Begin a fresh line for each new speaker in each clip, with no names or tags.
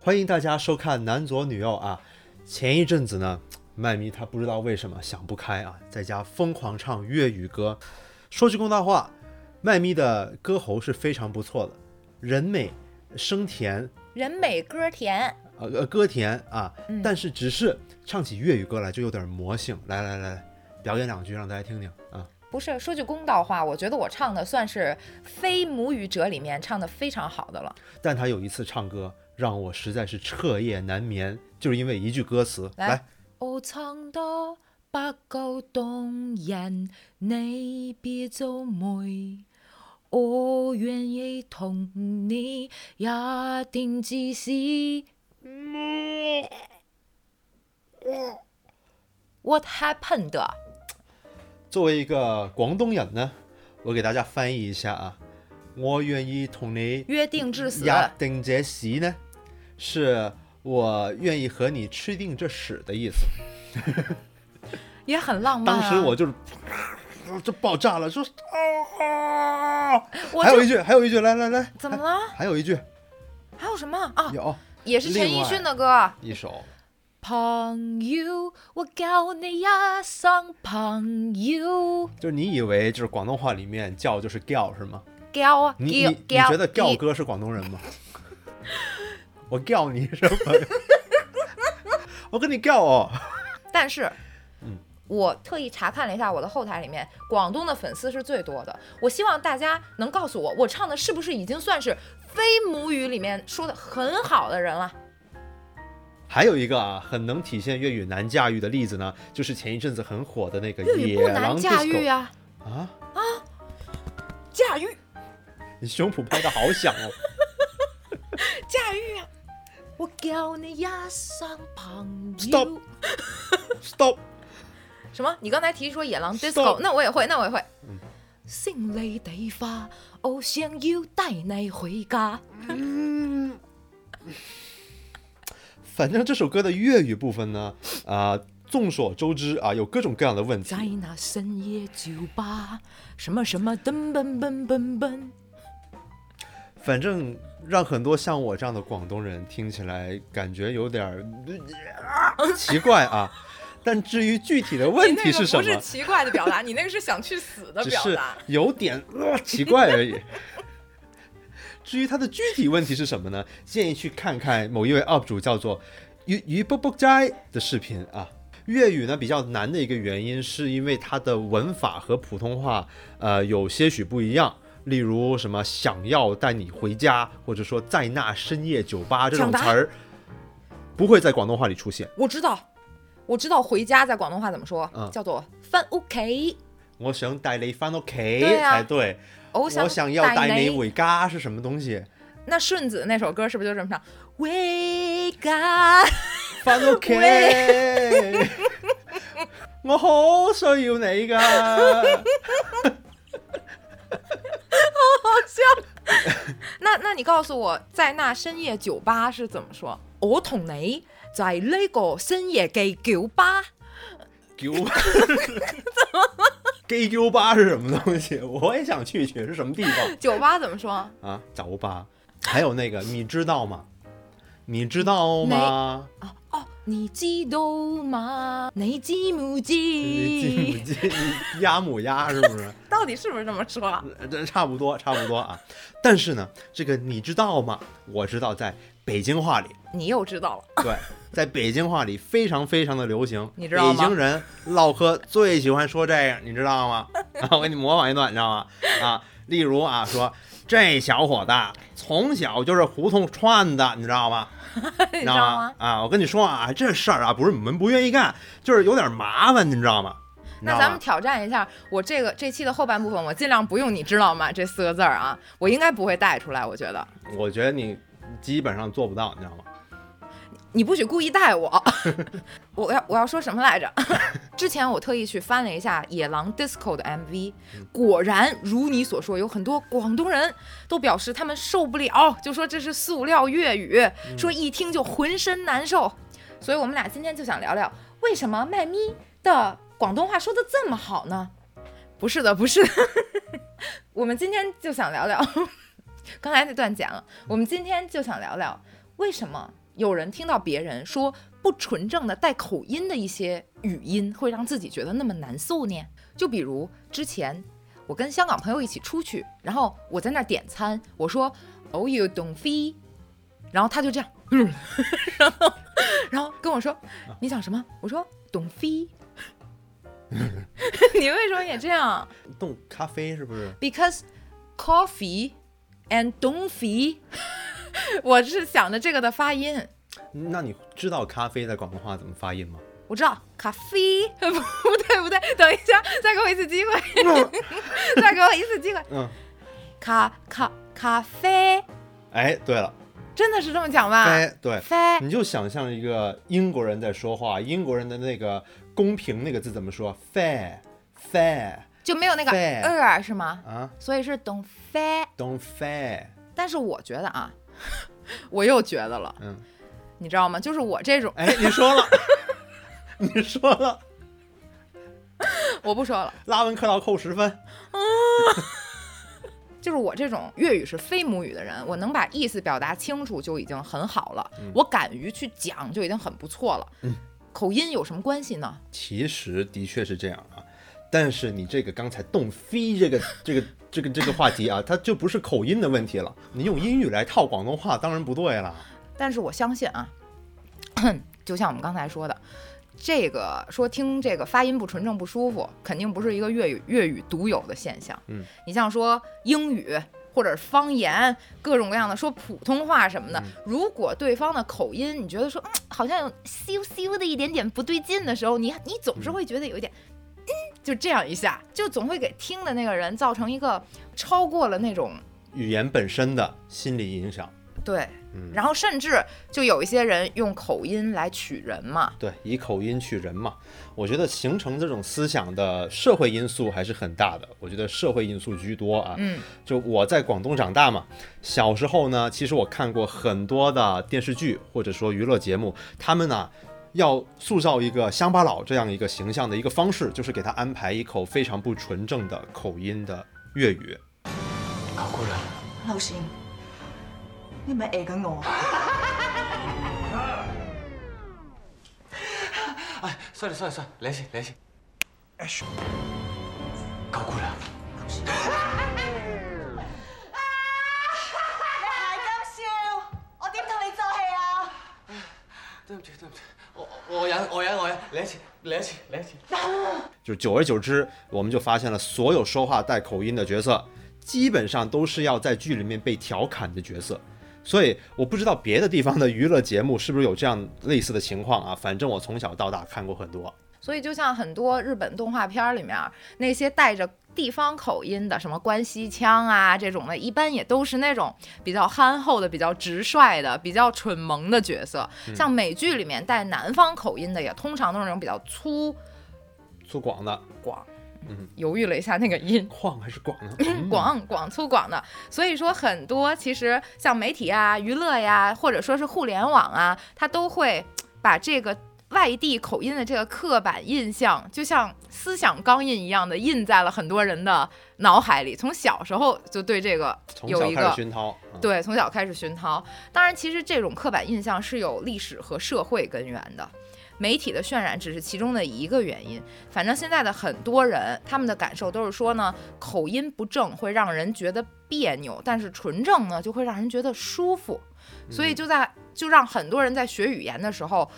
欢迎大家收看《男左女右》啊。前一阵子呢，麦咪他不知道为什么想不开啊，在家疯狂唱粤语歌。说句公道话，麦咪的歌喉是非常不错的，人美声甜，
人美歌甜，
呃呃歌甜啊，但是只是唱起粤语歌来就有点魔性。来来来来，表演两句让大家听听啊。
不是说句公道话，我觉得我唱的算是非母语者里面唱的非常好的了。
但他有一次唱歌让我实在是彻夜难眠，就是因为一句歌词。
来
来，
敖唱哦多不够动人，你别皱眉。我愿意同你一定至死。What happened？
作为一个广东人呢，我给大家翻译一下啊，我愿意同你
约定至死。
压定这席呢，是我愿意和你吃定这屎的意思。
也很浪漫、
当
啊。
时我就是。就爆炸了，说啊！
我
还有
就
一句，还有一句，来来来，
怎么了？
还有一句，
还有什么啊？
有
也是陈
另
奕
外
迅的歌。
一首，
朋友，我教你一声朋友，
就是你以为就是广东话里面叫就是叫是吗？
教啊
你
教
你你觉得
教
吊哥是广东人吗？ 我吊你什么呀？ 我跟你吊哦。
但是，
嗯
我特意查看了一下我的后台里面，广东的粉丝是最多的。我希望大家能告诉我，我唱的是不是已经算是非母语里面说的很好的人了？
还有一个啊，很能体现粤语难驾驭的例子呢，就是前一阵子很火的那个
粤语不
野
难
狼
驾驭
disco
啊，
啊！
驾驭
你胸脯拍的好响哦。
驾驭啊！我教你一声朋友。
Stop Stop，
什么？你刚才提说野狼 disco，
Stop 嗯
那我也会，那我也会。星里地花，我想要带你回家。
反正这首歌的粤语部分呢，啊、众所周知啊，有各种各样的问题
在。那深夜酒吧，什么什么噔噔噔噔噔。
反正让很多像我这样的广东人听起来感觉有点儿、呃奇怪啊。但至于具体的问题是什么，
奇怪的表达， 你那个是想去死的
只是。有点、呃、奇怪而已。 至于它的具体问题是什么呢？建议去看看某一位 UP 主叫做“鱼鱼卜卜斋”的视频啊。粤语呢比较难的一个原因，是因为它的文法和普通话呃有些许不一样。例如什么想要带你回家，或者说在那深夜酒吧这种
抢答
词儿，不会在广东话里出现。
我知道，我知道回家在广东话怎么说，
嗯
叫做翻屋企。
我想带你翻屋企
对啊
才对，
我
我想要带你回家是什么东西？
那顺子那首歌是不是就这么 唱？回家。
翻屋企， 我好需要你 噶。
那那你告诉我，在那深夜酒吧是怎么说？我同你在呢個深夜嘅酒吧，
九 八，gay 酒吧是什么东西？我也想去去，是什么地方
酒吧怎么说？
啊？酒吧，还有那个，你知道吗？你知道吗？
哦，你知道吗？你知唔知？
你记不记？你鸭母鸭是不是？
到底是不是这么说？
这差不多，差不多啊。但是呢，这个你知道吗？我知道，在北京话里，
你又知道了，
对，在北京话里非常非常的流行。
你知道吗
北京人唠嗑最喜欢说这个，你知道吗？啊，我给你模仿一段，你知道吗？啊，例如啊，说这小伙子从小就是胡同串的，你知道吗？
你
你
知道吗？？
啊，我跟你说啊，这事儿啊，不是你们不愿意干，就是有点麻烦，你知道吗？你知
那
道
咱
吗
们挑战一下，我这个这期的后半部分，我尽量不用“你知道吗”这四个字儿啊，我应该不会带出来。我觉得
我觉得你基本上做不到，你知道吗？
你不许故意带我， 我要我要说什么来着？ 之前我特意去翻了一下《野狼 DISCO》的 MV，果然如你所说，有很多广东人都表示他们受不了，就说这是塑料粤语，说一听就浑身难受。所以我们俩今天就想聊聊，为什么麦咪的广东话说的这么好呢？不是的，不是的， 我们今天 就想聊聊，刚才那段剪了，我们今天就想聊聊为什么有人听到别人说不纯正的带口音的一些语音，会让自己觉得那么难受呢？就比如之前我跟香港朋友一起出去，然后我在那儿点餐，我说 “Oh you don't fee”，然后他就这样， 嗯然后然后跟我说你想什么？我说 “don't fee”。你为什么也这样
冻咖啡是不是？
？Because coffee and don't fee 。 我是想着这个的发音。
那你知道咖啡在广东话怎么发音 吗？
我知道咖啡， 不不对不对，等一下，再给我一次 机会，再给我一次机会。
嗯，
咖咖咖啡，
哎，对了，
真的是这么讲吧？
哎，对，
啡
你就想象一个英国人在说话，英国人的那个公平那个字怎么说？fair fair
就没有那个
啡
呃是吗？
啊
所以是懂啡。
，don't fair，
但是我觉得啊， 我又觉得了，
嗯，
你知道吗？就是我这种，
哎，你说了， 你说了，
我不说了，
拉文克劳扣十分，
就是我这种粤语是非母语的人，我能把意思表达清楚就已经很好了，
嗯
我敢于去讲就已经很不错了。口音有什么关系呢？
其实的确是这样啊。但是你这个刚才动飞这个这个这个这个话题啊，它就不是口音的问题了。你用英语来套广东话，当然不对了。
但是我相信啊， 就像我们刚才说的，这个说听这个发音不纯正不舒服，肯定不是一个粤语粤语独有的现象。
嗯，
你像说英语或者是方言，各种各样的说普通话什么的，如果对方的口音你觉得说、嗯、好像有咻咻的一点点不对劲的时候，你你总是会觉得有一点。嗯就这样一下，就总会给听的那个人造成一个超过了那种
语言本身的心理影响，
对，
嗯
然后甚至就有一些人用口音来取人嘛，
对，以口音取人嘛。我觉得形成这种思想的社会因素还是很大的，我觉得社会因素居多啊。
嗯，
就我在广东长大嘛，小时候呢，其实我看过很多的电视剧或者说娱乐节目，他们呢、要塑造一个乡巴佬这样一个形象的一个方式，就是给他安排一口非常不纯正的口音的粤语。
牛姑娘，
劉善，你咪呃緊我啊？
哎，sorry sorry sorry，嚟先嚟先。牛姑娘，
你係咁笑，我點同你做戲啊？
對唔住對唔住，我我我忍我忍我忍，嚟一次嚟一次嚟一次。
就是久而久之，我们就发现了所有说话带口音的角色，基本上都是要在剧里面被调侃的角色。所以我不知道别的地方的娱乐节目是不是有这样类似的情况啊？反正我从小到大看过很多。
所以就像很多日本动画片儿里面啊那些带着地方口音的，什么关西腔啊这种的，一般也都是那种比较憨厚的、比较直率的、比较蠢萌的角色。像美剧里面带南方口音的，也通常都是那种比较粗
粗犷的，
犷。犹豫了一下那个音，
犷还是广呢？
广广粗广的，所以说很多其实像媒体啊、娱乐呀，或者说是互联网啊，它都会把这个外地口音的这个刻板印象，就像思想钢印一样的印在了很多人的脑海里，从小时候就对这个
从
有
小
一
开始
个。
熏陶。嗯，
对，从小开始熏陶。当然，其实这种刻板印象是有历史和社会根源的，媒体的渲染只是其中的一个原因。反正现在的很多人，他们的感受都是说呢，口音不正会让人觉得别扭，但是纯正呢就会让人觉得舒服。所以就在就让很多人在学语言的时候，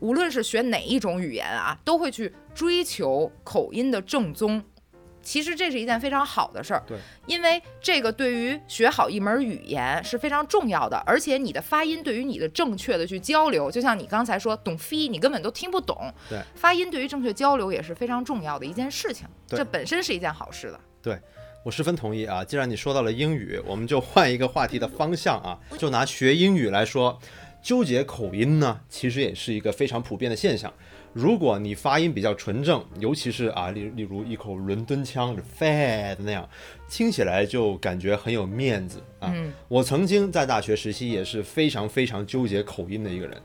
无论是学哪一种语言啊，都会去追求口音的正宗。其实这是一件非常好的事儿，
对，
因为这个对于学好一门语言是非常重要的，而且你的发音对于你的正确的去交流，就像你刚才说懂飞，你根本都听不懂，
对，
发音对于正确交流也是非常重要的一件事情，
对
这本身是一件好事的。
对，我十分同意啊。既然你说到了英语，我们就换一个话题的方向啊，就拿学英语来说，纠结口音呢，其实也是一个非常普遍的现象。如果你发音比较纯正，尤其是啊，例例如一口伦敦腔 fat 那样，听起来就感觉很有面子啊。我曾经在大学时期也是非常非常纠结口音的一个人，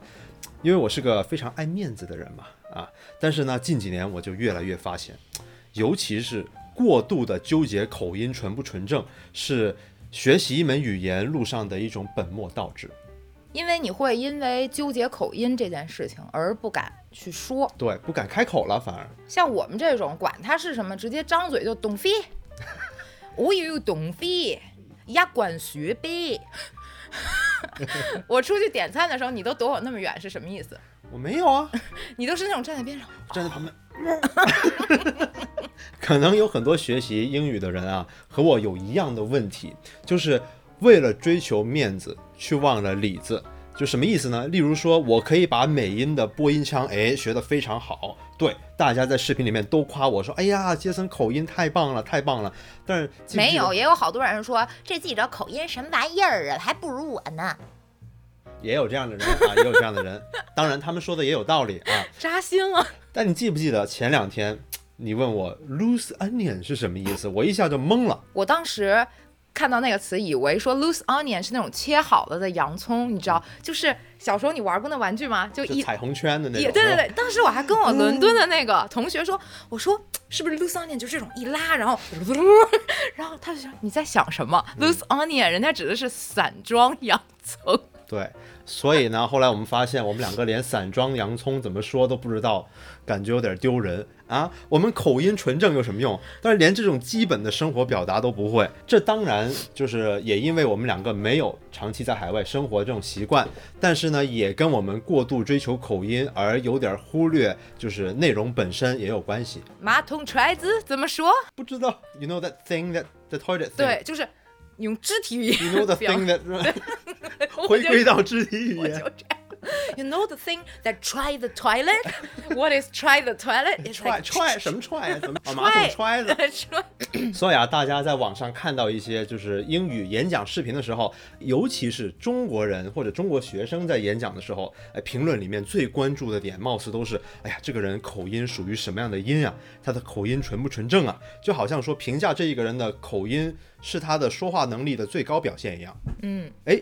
因为我是个非常爱面子的人嘛啊。但是呢，近几年我就越来越发现，尤其是过度的纠结口音纯不纯正，是学习一门语言路上的一种本末倒置。
因为你会因为纠结口音这件事情而不敢去说。
对，不敢开口了，反而
像我们这种，管它是什么，直接张嘴 就懂飞，我有懂飞，呀管学呗。 我出去点餐的时候，你都躲我那么远是什么意思？
我没有啊，
你都是那种站在边上，
站在旁边。可能有很多学习英语的人啊，和我有一样的问题，就是为了追求面子，去忘了里子。就什么意思呢？例如说，我可以把美音的播音腔，哎，学得非常好。对，大家在视频里面都夸我说，哎呀，杰森口音太棒了，太棒了。但是记不记
没
得
有，也有好多人说这记者口音什么玩意儿啊，还不如我呢，
也有这样的人 啊，也有这样的人。当然，他们说的也有道理啊。
扎心啊！
但你记不记得前两天你问我 “loose onion” 是什么意思？我一下就懵了。
我当时看到那个词，以为说 loose onion 是那种切好了的洋葱，你知道，就是小时候你玩过那玩具吗？就
就
一
彩虹圈的那
也
种，
对对
是吧，
对，当时我还跟我伦敦的那个同学说，我说是不是 loose onion 就这种一拉，然后 然后他就说你在想什么？loose onion 人家指的是散装洋葱，
对。所以呢，后来我们发现，我们两个连散装洋葱怎么说都不知道，感觉有点丢人啊。我们口音纯正有什么用？但是连这种基本的生活表达都不会，这当然就是也因为我们两个没有长期在海外生活这种习惯，但是呢，也跟我们过度追求口音而有点忽略就是内容本身也有关系。
马桶揣子怎么说？
不知道，you know that thing that the toilet thing，
对，就是用肢体
y o
语
u know
言
the
表
thing
达，
that，
我
回
就
归到肢体语
我
言
就。这样。You know the thing that try the toilet? What is try the toilet? It's
踹
like
踹什么踹呀、怎 么把
踹
马桶踹的？
说
所以啊，大家在网上看到一些就是英语演讲视频的时候，尤其是中国人或者中国学生在演讲的时候，哎，评论里面最关注的点，貌似都是，哎呀，这个人口音属于什么样的音啊？他的口音纯不纯正啊？就好像说评价这一个人的口音是他的说话能力的最高表现一样。
嗯，
哎，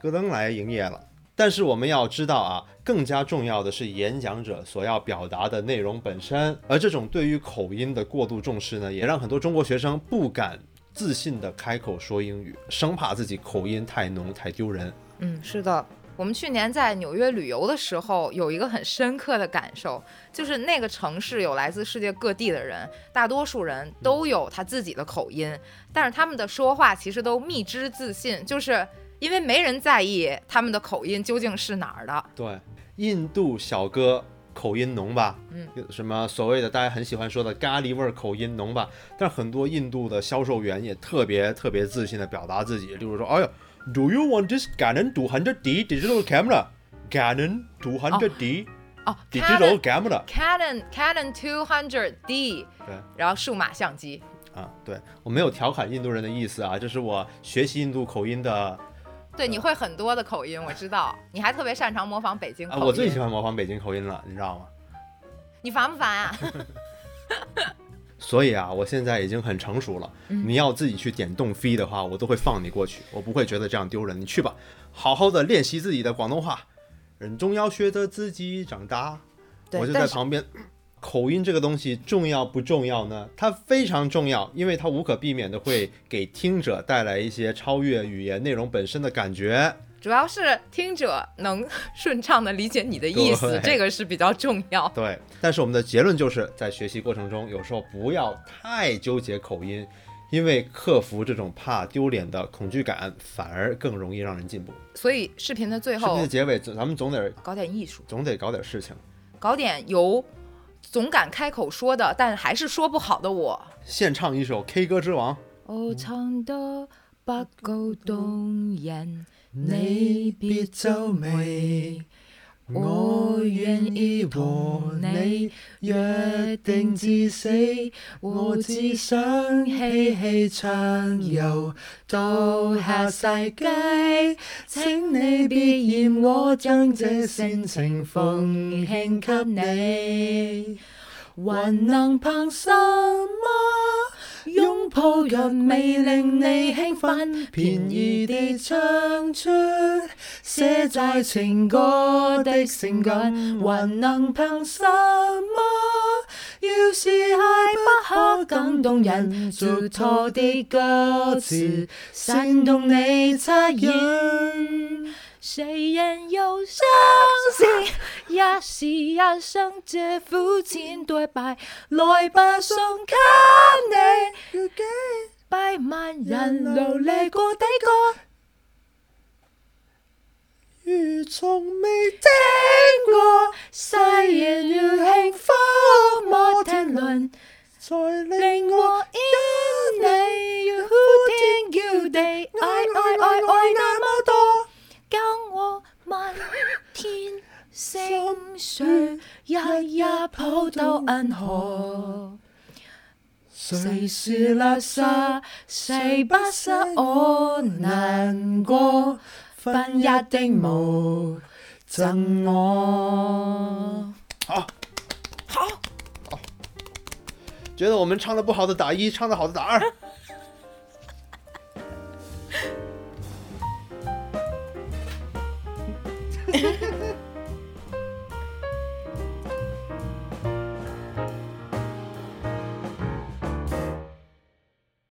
戈登来营业了。但是我们要知道啊，更加重要的是演讲者所要表达的内容本身，而这种对于口音的过度重视呢，也让很多中国学生不敢自信的开口说英语，生怕自己口音太浓太丢人。
嗯，是的。我们去年在纽约旅游的时候，有一个很深刻的感受，就是那个城市有来自世界各地的人，大多数人都有他自己的口音，但是他们的说话其实都蜜汁自信，就是因为没人在意他们的口音究竟是哪儿的。
对，印度小哥口音浓吧，
嗯，
什么所谓的大家很喜欢说的咖喱味儿口音浓吧，但很多印度的销售员也特别特别自信的表达自己，例如说，哎呀，Do you want this Canon 200D digital camera? Canon 200D
哦
digital camera？、
Canon Canon 200D，
对
然后数码相机，
啊，对我没有调侃印度人的意思啊，这是我学习印度口音的
对，
嗯
你会很多的口音，我知道，你还特别擅长模仿北嗯京口
啊，
音。
我最喜欢模仿北京口音了，你知道吗？
你烦不烦啊？
所以啊，我现在已经很成熟了。
嗯
你要自己去点动飞的话，我都会放你过去，我不会觉得这样丢人。你去吧，好好的练习自己的广东话。人终要学着自己长大。
对
我就
但
在
是
旁边。嗯口音这个东西重要不重要呢？它非常重要，因为它无可避免的会给听者带来一些超越语言内容本身的感觉。
主要是听者能 顺畅的理解你的意
对，
思这个是比较重要。
对，但是我们的结论就是在学习过程中，有时候不要太纠结口音，因为克服这种怕丢脸的恐惧感，反而更容易让人进步。
所以视频的最
视频
后
的结尾，咱们总得
搞点艺术，
总得搞点事情。
搞点由总敢开口说的，但还是说不好的我。
献唱一首《K 歌之王》，
我哦唱得不夠動人，
你別皺眉，我願意和你約定至死，我只想嬉戲暢遊到下世界。請你別嫌我將這煽情奉獻給你，還能憑什麼擁抱若未令你興奮？便宜地唱出寫在情歌的性感，還能憑什麼？要是愛不可感動人，俗套的歌詞煽動你惻隱。
谁人又相信？一是一生这苦千对白，来吧送给你。百萬人勞力過抵過，
如從未聽
過誓言要幸福摩天輪，
才
令我因你要呼天叫地，愛愛愛愛那麼多，教我問天星誰日日抱到銀河。誰是垃圾？誰不使我難過？分一丁無贈我。
啊觉得我们唱的不好的打一，唱的好的打二。